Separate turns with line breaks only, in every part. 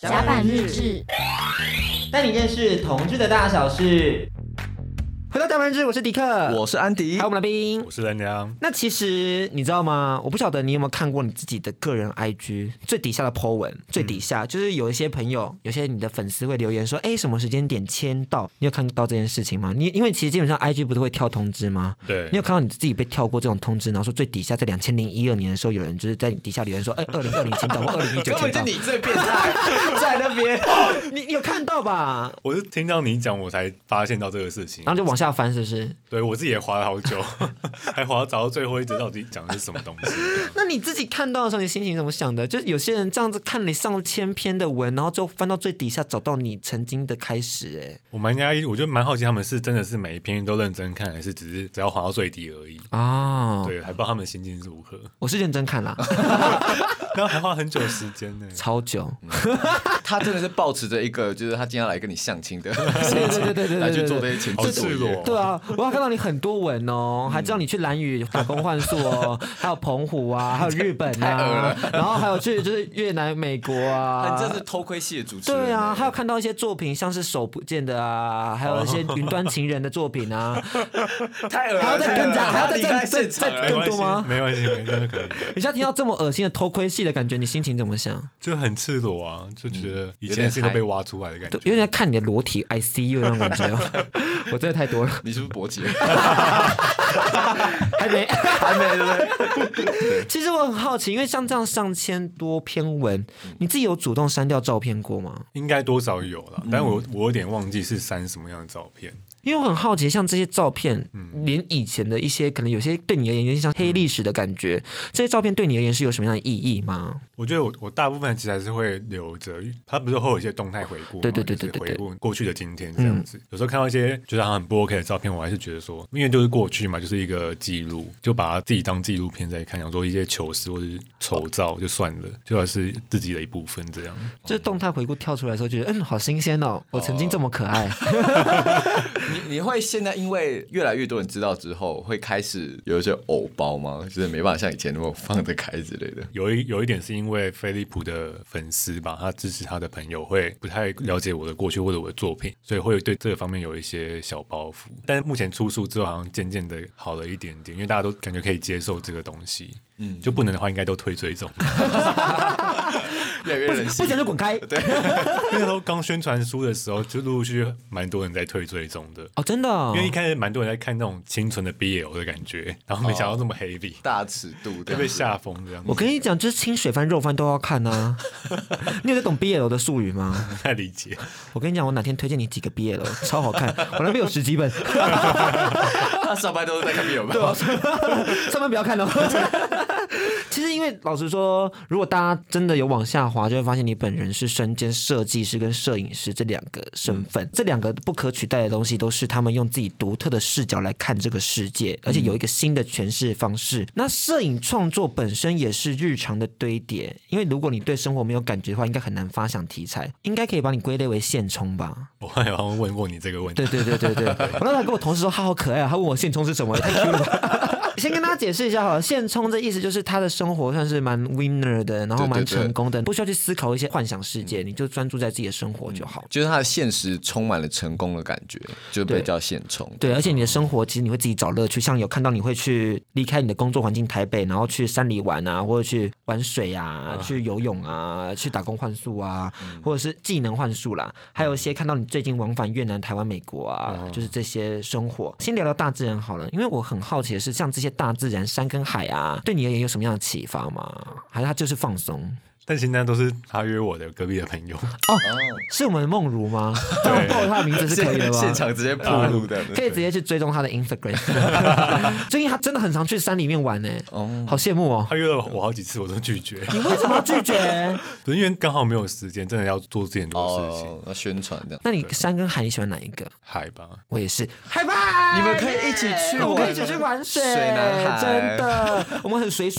甲板日志，
带你认识同志的大小事。回到甲板日志，我是迪克，
我是安迪
还有，我们来宾
我。是人家，
那其实你知道吗？我不晓得你有没有看过你自己的个人 IG 最底下的 po 文，最底下、
嗯
就是有一些朋友，有些你的粉丝会留言说：“哎，什么时间点签到？”你有看到这件事情吗？你因为其实基本上 IG 不是会跳通知吗？
对
你有看到你自己被跳过这种通知，然后说最底下在两千零一二年的时候，有人就是在你底下留言 说：“哎，二零二零签到，或二零一九签
根本就
到。
你最变态。”
在那边， 你你有看到吧？
我是听到你讲我才发现到这个事情，
然后就往下翻，是不是？
对我自己也滑了好久， 还滑找到最后一直到底讲的是什么东 西。
那你自己看到的时候，你心情怎么想的？就是有些人这样子看了上千篇的文，然后最后翻到最底下，找到你曾经的开始、
我蛮压抑，我就蛮好奇他们是真的是每一篇都认真看，还是只是只要滑到最低而已？
哎，哦，
对，还不知道他们的心境是如何，
我是认真看啦，
然后还花很久时间呢。
超久，
他真的是抱持着一个，就是他今天要来跟你相亲 的
对对对对对
来去
对
做这
对。
些前
好
置
赤
作业
裸，
对啊，我还看到你很多文哦，还知道你去蓝屿打工换宿哦，还有澎湖啊，还有日本啊，然后还有去就是越南、美国啊，
啊你真是偷窥系的主持人。
对啊，还有看到一些作品，像是手不见的啊，还有一些云端情人的作品啊。
太恶
啊
了，
还要再更加还要再
离开
更
现场
再
没
了
关
更
系
多吗，
没关系，没关系，可以，
你现在听到这么恶心的偷窥戏的感觉，你心情怎么想？
就很赤裸啊，就觉得以前的事情都被挖出来的感
对
觉，
有点在看你的裸体 ICU 的那种感觉哦，我真的太多了，
你是不是伯杰？
还没。
还没对不对？
其实我很好奇，因为像这样上千多篇文，你自己有主动删掉照片过吗？
应该多少有了，但我
嗯
我有点忘记是删什么样的照片。
因为我很好奇，像这些照片，
嗯
连以前的一些可能有些对你而言有点像黑历史的感觉，这些照片对你而言是有什么样的意义吗？
我觉得我我大部分其实还是会留着，它不是会有一些动态回顾嘛，
对对对
就是
对对嗯
回顾过去的今天这样子。有时候看到一些觉得好像很不 OK 的照片，我还是觉得说，因为就是过去嘛，就是一个记录，就把它自己当纪录片在看，想说一些糗事或者是
哦
丑照就算了，就还是自己的一部分这样。
就是动态回顾跳出来的时候，觉得嗯，好新鲜哦，我曾经这么可爱。
哦
你你会现在因为越来越多人知道之后，会开始有一些偶包吗？就是没办法像以前那么放得开之类的。
有一有一点是因为飞利浦的粉丝吧，他支持他的朋友会不太了解我的过去或者我的作品，所以会对这方面有一些小包袱。但是目前出书之后，好像渐渐的好了一点点，因为大家都感觉可以接受这个东西。嗯，就不能的话，应该都推追踪。
越来越人 性
不想就滚开。
那时候刚宣传书的时候，就陆陆续续蛮多人在推追踪的，
哦，真的、哦
因，为一开始蛮多人在看那种清纯的 BL 的感觉，然后没想到这么 heavy，
大尺度
就
的
被吓疯这样子。
我跟你讲，就是清水番、肉番都要看啊。 你有在懂 BL 的术语吗？
不太理解，
我跟你讲，我哪天推荐你几个 BL，超好看，我那边有十几本，
他上班都是在看 B 吧？
上班不要看哦。其实，因为老实说，如果大家真的有往下滑，就会发现你本人是身兼设计师跟摄影师这两个身份，这两个不可取代的东西，都是他们用自己独特的视角来看这个世界，而且有一个新的诠释方式。那摄影创作本身也是日常的堆叠，因为如果你对生活没有感觉的话，应该很难发想题材，应该可以把你归类为现充吧。
我好像问过你这个问题
对。对对对对， 我那时候跟我同事说他好可爱啊，他问我现充是什么，太 Q 了 吧。先跟大家解释一下好了，现充这意思就是他的生活算是蛮 winner 的，然后蛮
对对对
成功的，不需要去思考一些幻想世界，你就专注在自己的生活就好。
就是他的现实充满了成功的感觉，就被
对
叫现充。
对，而且你的生活其实你会自己找乐趣，像有看到你会去离开你的工作环境台北，然后去山里玩啊，或者去玩水啊，去游泳啊，去打工换宿啊，或者是技能换宿啦，还有一些看到你最近往返越南、台湾、美国啊，就是这些生活。先聊聊大自然好了，因为我很好奇的是，像这些大自然、山跟海啊，对你而言有什么样的启发吗？还是它就是放松？
但现在都是他约我的隔壁的朋友，
是我们的梦如吗？这样报他的名字是可以的
现
吗？
现场直接暴露的，
可以直接去追踪他的 Instagram。最近他真的很常去山里面玩呢、好羡慕哦。
他约了我好几次，我都拒绝，
你为什么要拒绝？
可是因为刚好没有时间，真的要做自己很多事情。
哦，要宣传这样。
那你山跟海你喜欢哪一个？
海吧，
我也是，海吧。
你们可以一起去
我们可以一
玩
起去玩水，
水南海
真的，我们很水水。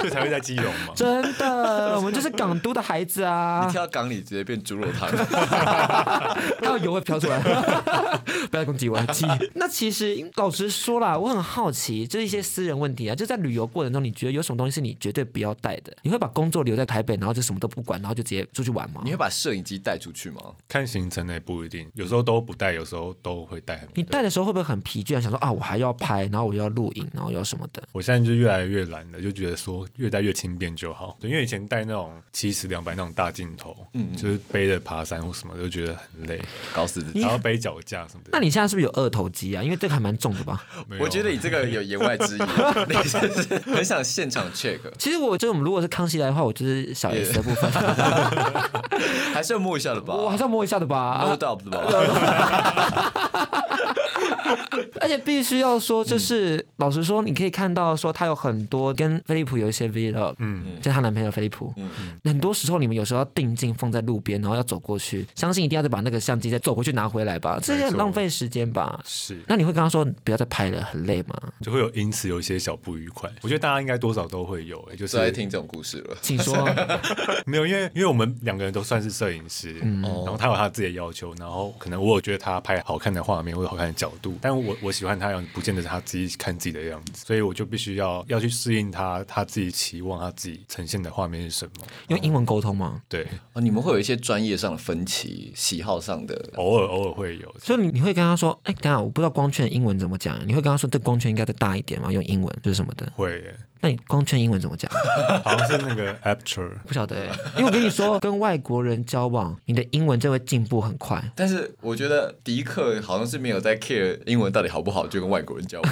所以才会在基隆嘛。
真的，我们就是港都的孩子啊
你，跳港里直接变猪肉汤，
还有油会飘出来， 不要攻击我。气 那其实老实说啦，我很好奇，就是一些私人问题啊，就在旅游过程中，你觉得有什么东西是你绝对不要带的？你会把工作留在台北，然后就什么都不管，然后就直接出去玩吗
你？会把摄影机带出去吗？
看行程呢不一定，有时候都不带，有时候都会带。
你带的时候会不会很疲倦？想说啊，我还要拍，然后我又要录影，然后又要什么的？
我现在就越来越懒了，就觉得说越带越轻便就好。对，因为以前带那种七十两百那种大镜头，嗯，就是背着爬山或什么，就觉得很累，
搞死自己！
然后背脚架什么的。
那你现在是不是有二头肌啊？因为这个还蛮重的吧？
没有啊
我觉得你这个有言外之意， 你是不是很想现场 check，
其实我觉得我们如果是康熙来的话，我就是小 S 的部分，
还是要摸一下的吧
我还是要摸一下的吧
啊
No。doubt 的吧？
而且必须要说，就是、老实说，你可以看到说她有很多跟菲利普有一些 vlog，嗯，就她男朋友菲利普，嗯，很多时候你们有时候要定睛放在路边，然后要走过去，相信一定要再把那个相机再走过去拿回来吧，这些很浪费时间吧。
是，
那你会跟他说不要再拍了，很累吗？
就会有因此有一些小不愉快。我觉得大家应该多少都会有、欸，就是
最爱听这种故事了。
请说。
没有，因为因为我们两个人都算是摄影师，然后他有他自己的要求，然后可能我有觉得他拍好看的画面或者好看的角度，但我我喜欢他样，不见得是他自己看自己的样子，所以我就必须要要去适应他他自己期望他自己呈现的画面是什么。
用英文沟通吗？
对，
哦，你们会有一些专业上的分歧，喜好上的。
偶尔偶尔会有，
所以你你会跟他说，哎、等一下我不知道光圈英文怎么讲，你会跟他说这光圈应该再大一点吗？用英文就是什么的？
会耶、
那你光圈英文怎么讲？
好像是那个 aperture。
不晓得、欸，因为我跟你说，跟外国人交往，你的英文就会进步很 快。
但是我觉得迪克好像是没有在 care 英文到底好不好，就跟外国人交 往。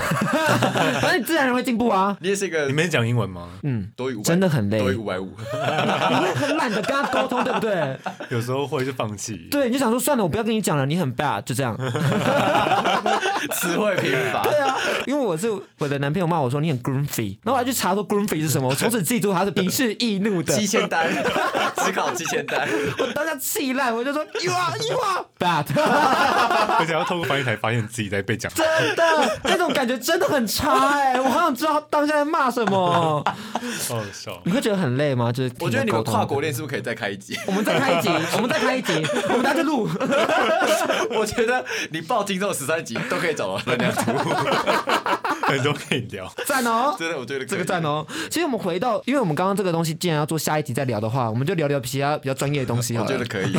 反正你自然而然会进步啊。
你也是一个
你们讲英文吗？
嗯，
多于五，
真的很累
多于五百五。
你会很懒得跟他沟通，对不对？
有时候会就放弃。
对，你就想说算了，我不要跟你讲了，你很 bad，就这 样。
词汇贫乏。
对啊，因为我是我的男朋友骂我说你很 grumpy，然后我还去查说 grumpy 是什 么，我从此记住他是鄙视易怒的。
七千单， 只考七千单，
我当下气烂，我就说 you are you are bad，
而且要透过翻译才发现自己在被讲。
真的那种感觉真的很差哎、我好想知道他当下在骂什么。
好 笑。
你会觉得很累吗？就是
我觉得你
听着
们
沟通
跨国恋是不是可以再开一集？
我们再开一 集，我们再开一集， 我们大家就录。
我觉得你报听众十三集都可以找到那两组，
很多可以聊。
赞哦，
真的，我觉得可以
这个赞。哦。其实我们回到，因为我们刚刚这个东西，既然要做下一集再聊的话，我们就聊聊其他比较专业的东西好
我
了。
觉得 可以，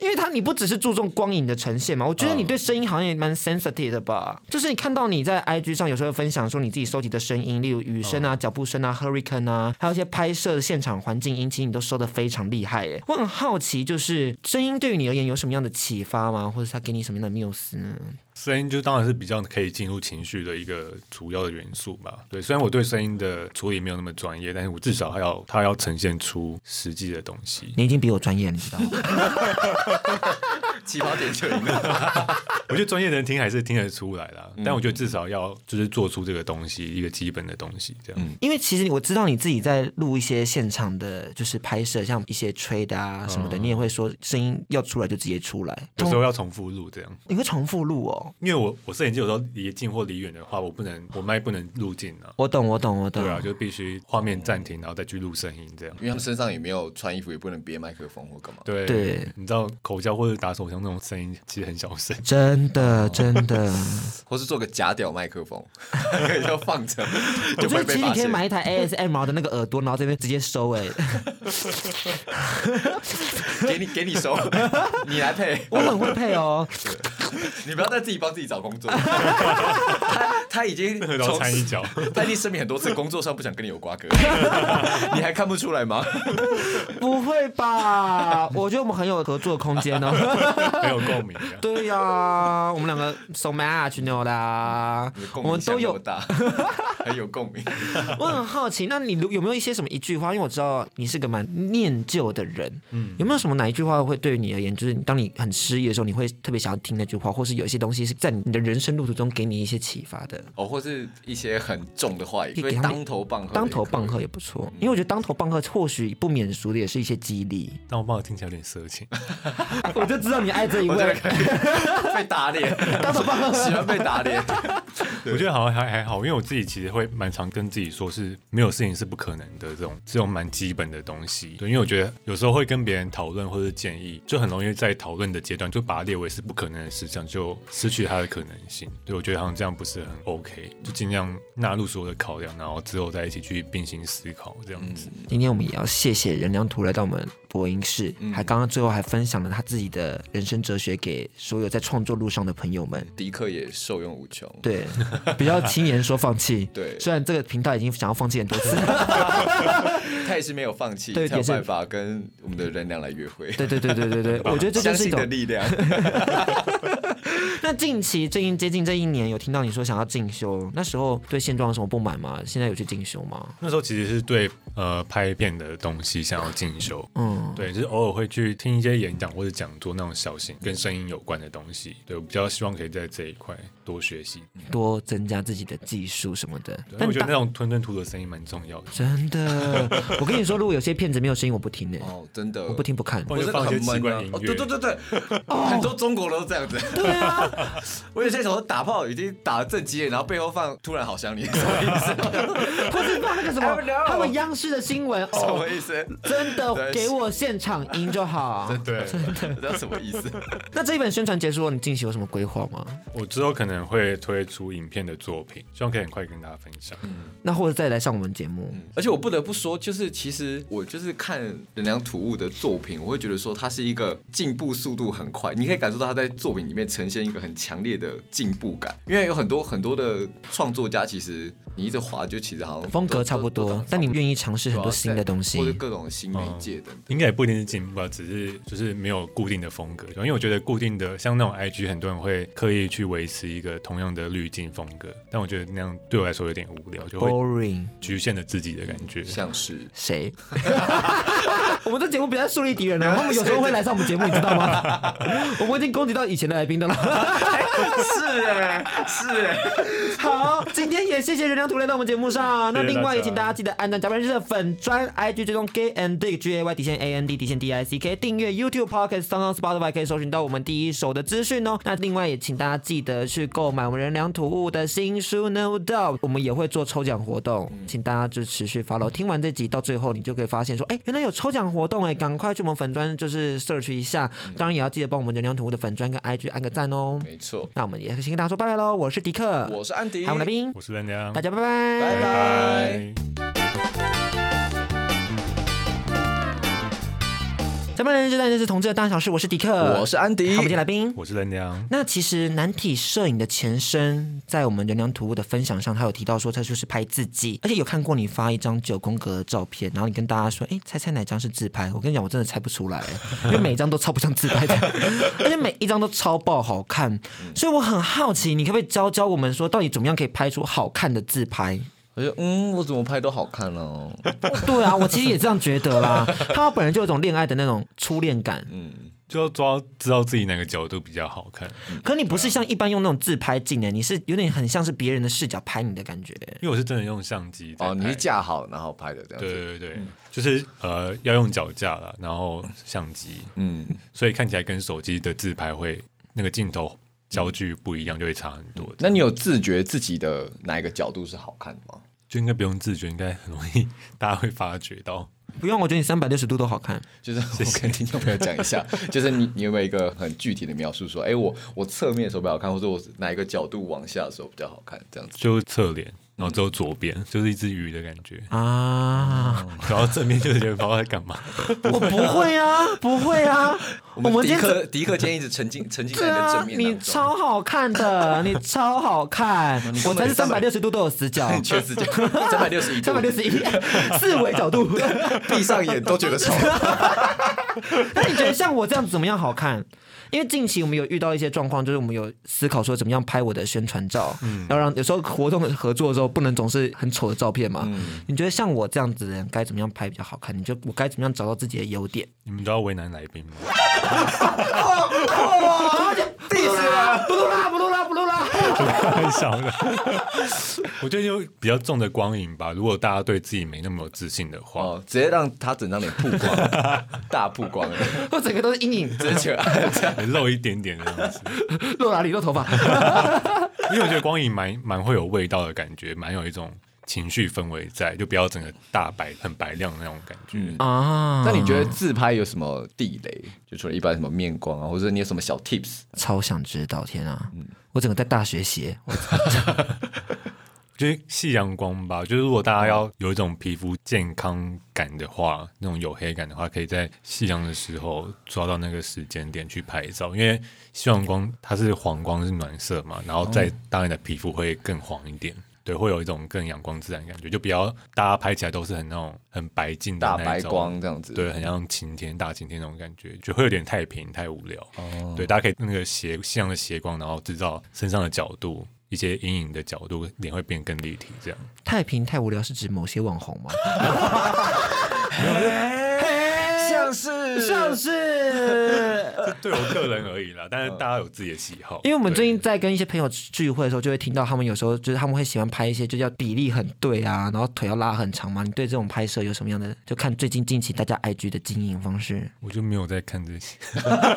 因为它你不只是注重光影的呈现嘛，我觉
嗯
得你对声音好像也蛮 sensitive 的吧。就是你看到你在 IG 上有时候分享说你自己收集的声音，例如雨声
哦
啊、脚步声啊、hurricane 啊，还有一些拍摄的现场环境音，其实你都收的非常厉害耶。欸我很好奇，就是声音对于你而言有什么样的启发吗？或者它给你什么样的缪斯呢？
声音就当然是比较可以进入情绪的一个主要的元素吧。对，虽然我对声音的处理没有那么专业，但是我至少还要它要呈现出实际的东西。
你已经比我专业了，你知道吗？
起跑点就赢了。
我觉得专业的人听还是听得出来啦，但我觉得至少要就是做出这个东西，一个基本的东西这样。
因为其实我知道你自己在录一些现场的，就是拍摄，像一些吹的啊什么
嗯
的，你也会说声音要出来就直接出来，
有时候要重复录这样，
你会重复录哦。
因为我我摄影机有时候离近或离远的话，我不能我麦不能录近啊。
我懂，我懂，我懂。
对啊，就必须画面暂停，然后再去录声音这样
因。为他们身上也没有穿衣服，也不能别麦克风或干嘛。
对
对
你知道口交或者打手枪那种声音其实很小 声，
真
哦
的，真 的，
或是做个假屌麦克风，可以 就放着，
我觉
就不
得
会被
其实
发
你可以
现。
买一台 ASMR 的那个耳朵，然后这边直接收哎、
给你给 你收，你来配，
我很会配哦。
你不要再自己帮自己找工 作。他他已经
然后
从
掺一 脚。
但你声明很多次，工作上不想跟你 有瓜葛，你还看不出来吗？
不会吧？我觉得我们很有合作空间哦。
很有共鸣的。
对呀、我们两个 so much know 啦
你的，共
我
鸣
们都
像那
有
么大， 很有共鸣。
我很好奇，那你如有没有一些什么一句话？因为我知道你是个蛮念旧的人，嗯，有没有什么哪一句话会对于你而言，就是你当你很失意的时候，你会特别想要听那句话，或是有一些东西是在你的人生路途中给你一些启发的？
哦，或是一些很重的话语，
可以
所
给
以
他们
当头棒喝，
当头棒喝也不错，因为我觉得当头棒喝或许不免俗的也是一些激励。
但我帮我听起来有点色情，
我
哦
就知道你爱这一
我觉得
位。
可以被打脸，喜欢被打脸。
我觉得好像还还好，因为我自己其实会蛮常跟自己说是没有事情是不可能的这种这种蛮基本的东西。对，因为我觉得有时候会跟别人讨论或者建议，就很容易在讨论的阶段就把它列为是不可能的事项，就失去它的可能性。对，我觉得好像这样不是很 OK，就尽量纳入所有的考量，然后之后再一起去并行思考这样子。
今天我们也要谢谢人良图来到我们播音室，还刚刚最后还分享了他自己的人生哲学给所有在创作路上的朋友们。
迪克也受用无穷。
对，比较轻言说放弃。
对
虽然这个频道已经想要放弃很多次。
他也是没有放弃，
对
才有
也是
办法跟我们的人量来约会。
对对对对对对，我觉得这就
啊相
是一
信
种
的力 量。
那近期最近接近这一年，有听到你说想要进修，那时候对现状有什么不满吗？现在有去进修吗？
那时候其实是对呃拍片的东西想要进修，
嗯，
对，就是偶尔会去听一些演讲或者讲座那种小型跟声音有关的东西。对我比较希望可以在这一块多学习。
多增加自己的技术什么的。
对
但
我觉得
大
那种吞吞吐吐的声音蛮重要 的，
真的，我跟你说，如果有些片子没有声音，我不听呢、
哦，真的，
我不听不哦看。
我
我
就
真的
放一些
很
奇
闷
怪
啊
音！
哦，
乐。
对对对对，很多中国都这样子。对啊， 我有些时候打炮已经打得正激烈，然后背后放突然好想你，什么意思？
不是放那个什
I don't
么
know，
他们央视的新闻
什
哦
么，意思？
真的
对
给我现场音就好。
对，
不知道什么意 思？
那这一本宣传结束后，你近期有什么规划吗？
我之后可能会推出影片的作品，希望可以很快跟大家分享。
那或者再来上我们节目，
而且我不得不说，就是其实我就是看人良土物的作品，我会觉得说他是一个进步速度很快，你可以感受到他在作品里面呈现一个很强烈的进步感。因为有很多很多的创作家，其实你一直滑，就其实好像
风格
都
差不
都都
多
长，
但你愿意尝试很
对
多
啊
新的东西
或。者各种新媒介等等。
应该也不一定是进步啊，只是就是没有固定的风格，因为我觉得固定的像那种 IG，很多人会刻意去维持一个同样的滤镜风格，但我觉得那样对我来说有点无聊，就会
Boring，
局限了自己的感觉。
像是啊
谁？ 我们这节目不要树立敌人啊了，他们有时候会来上我们节目，你知道吗？ 我们已经攻击到以前的来宾的了。
是哎是哎，
好，今天也谢谢人良图来到我们节目上。那
谢谢
另外也
大家
请大家记得按照甲板日的粉专 IG 追踪 Gay and Dick G A Y 底线 A N D 底线 D I C K，订阅 YouTube Podcast、s o n Spotify 可以搜寻到我们第一手的资讯哦。那另外也请大家记得去购买我们人良图物的新书 No Doubt，我们也会做抽奖活动，请大家就持续 follow。听完这集到最后，你就可以发现说，哎，原来有抽奖活动哎，赶快去我们粉专就是 search 一下。
嗯
当然也要记得帮我们人良图物的粉专跟 IG 按个赞哦。
没错，
那我们也先跟大家说拜拜喽，我是迪克，
我是安迪，
还有我们来宾，
我是任亮，
大家拜拜，
拜拜。
咱们人之代这是同志的大小事，我是迪克，
我是安迪，
好，我们今天来宾。
我是任亮，
那其实男体摄影的前身，在我们人良图物的分享上，他有提到说，他就是拍自己，而且有看过你发一张九宫格的照片，然后你跟大家说，哎，猜猜哪张是自拍？我跟你讲，我真的猜不出来， 因为每一张都超不像自拍的， 而且每一张都超爆好看，所以我很好奇，你可不可以教教我们说，到底怎么样可以拍出好看的自拍？
我觉得嗯，我怎么拍都好看哦。
对啊，我其实也这样觉得啦。他本人就有一种恋爱的那种初恋感，
就要抓知道自己哪个角度比较好看，
可你不是像一般用那种自拍镜的，你是有点很像是别人的视角拍你的感觉。
因为我是真的用相机在
哦，你
拍
是架好然后拍的嗯这样
对
子，
对对对，就是呃要用脚架了，然后相机，
嗯，
所以看起来跟手机的自拍会那个镜头焦距不一样，就会差很多。
那你有自觉自己的哪一个角度是好看的吗？
就应该不用自觉，应该很容易大家会发觉到。
不用，我觉得你三百六十度都好看。
就是我跟听众朋友讲一 下，就是你你有没有一个很具体的描述说，哎，我我侧面的时候比较好看，或者我哪一个角度往下的时候比较好看，这样子。
就侧脸，然后只有左边，就是一只鱼的感觉，
嗯
啊，
然后正面就是觉得不知道在干嘛。
我不会啊，不会啊，我们
迪
今天
克迪克今天一直沉浸沉浸在
对
你的
啊
正，面
你
当中，
超好看 的，你超好看，
哦
我才是三百六十度都有死角，
嗯确实这样， 三百六十一度
三百，六十一四维角度。
闭上眼都觉得丑。
那你觉得像我这样子怎么样好看？因为近期我们有遇到一些状况，就是我们有思考说怎么样拍我的宣传照，
嗯
要让有时候活动合作的时候不能总是很丑的照片嘛。
嗯
你觉得像我这样子的人该怎么样拍比较好看？你觉得我该怎么样找到自己的优点？
你们都要为难来宾吗？
不录啦，不录啦，不录啦，不录啦。
太小了。 我觉得就比较重的光影吧。如果大家对自己没那么有自信的话，
哦，直接让他整张脸曝光，大曝光，
我整个都是阴影，
直接起来。
还露一点点这样子。
露哪里？露头发。
因为我觉得光影蛮蛮会有味道的感觉，蛮有一种情绪氛围在，就不要整个大白很白亮的那种感觉。
嗯
啊
那你觉得自拍有什么地雷？就除了一般什么面光啊，或者你有什么小 tips？
超想知道，天啊！
嗯
我整个在大学写，我
我觉得细阳光吧，就是如果大家要有一种皮肤健康感的话，那种黝黑感的话，可以在夕阳的时候抓到那个时间点去拍照，因为夕阳光它是黄光是暖色嘛，然后
哦
再当然你的皮肤会更黄一点。对，会有一种更阳光自然的感觉，就比较大家拍起来都是很那种很白净的
大
那
白
一种
光这样子，
对，很像晴天大晴天那种感觉，就会有点太平太无聊。哦，对，大家可以那个斜夕阳的斜光，然后制造身上的角度，一些阴影的角度，脸会变更立体。这样，
太平太无聊是指某些网红吗？
像是
像是，
啊对我个人而已啦，但是大家有自己的喜好。
因为我们
对
最近在跟一些朋友聚会的时候，就会听到他们有时候就是他们会喜欢拍一些就叫比例很对啊，然后腿要拉很长嘛。你对这种拍摄有什么样的？就看最近近期大家 IG 的经营方式。
我就没有在看这些，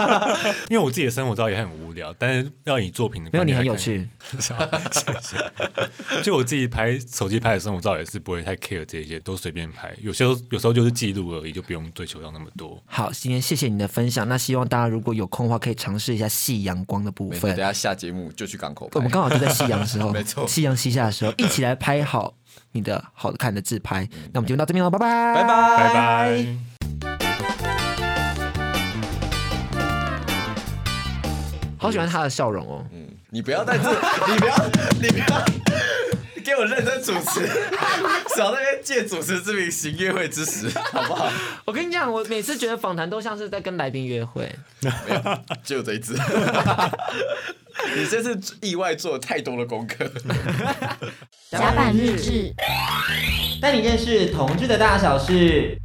因为我自己的生活照也很无聊，但是要以作品的
没有，
观
你
点
很有
来看
趣。
就我自己拍手机拍的生活照也是不会太 care 这些，都随便拍。有些时候有时候就是记录而已，就不用追求到那么多。
好，今天谢谢你的分享。那希望大家如果有空的话，可以尝试一下夕阳光的部
没错
分
等。下下节目就去港口
我们
拍。
刚好就在夕阳的时候，
没错
夕阳西下的时候，一起来拍好你的好看的自拍。那我们就到这边了，拜拜，
嗯拜拜
拜拜。
好喜欢他的笑容哦。
嗯，你不要在这，你不要，你不要给我认真主持，少在那边借主持之名行约会之实，好不好？
我跟你讲，我每次觉得访谈都像是在跟来宾约会。
没有，只有这一次。你这次意外做了太多的功课。
甲板日志。
带你认识同志的大小事。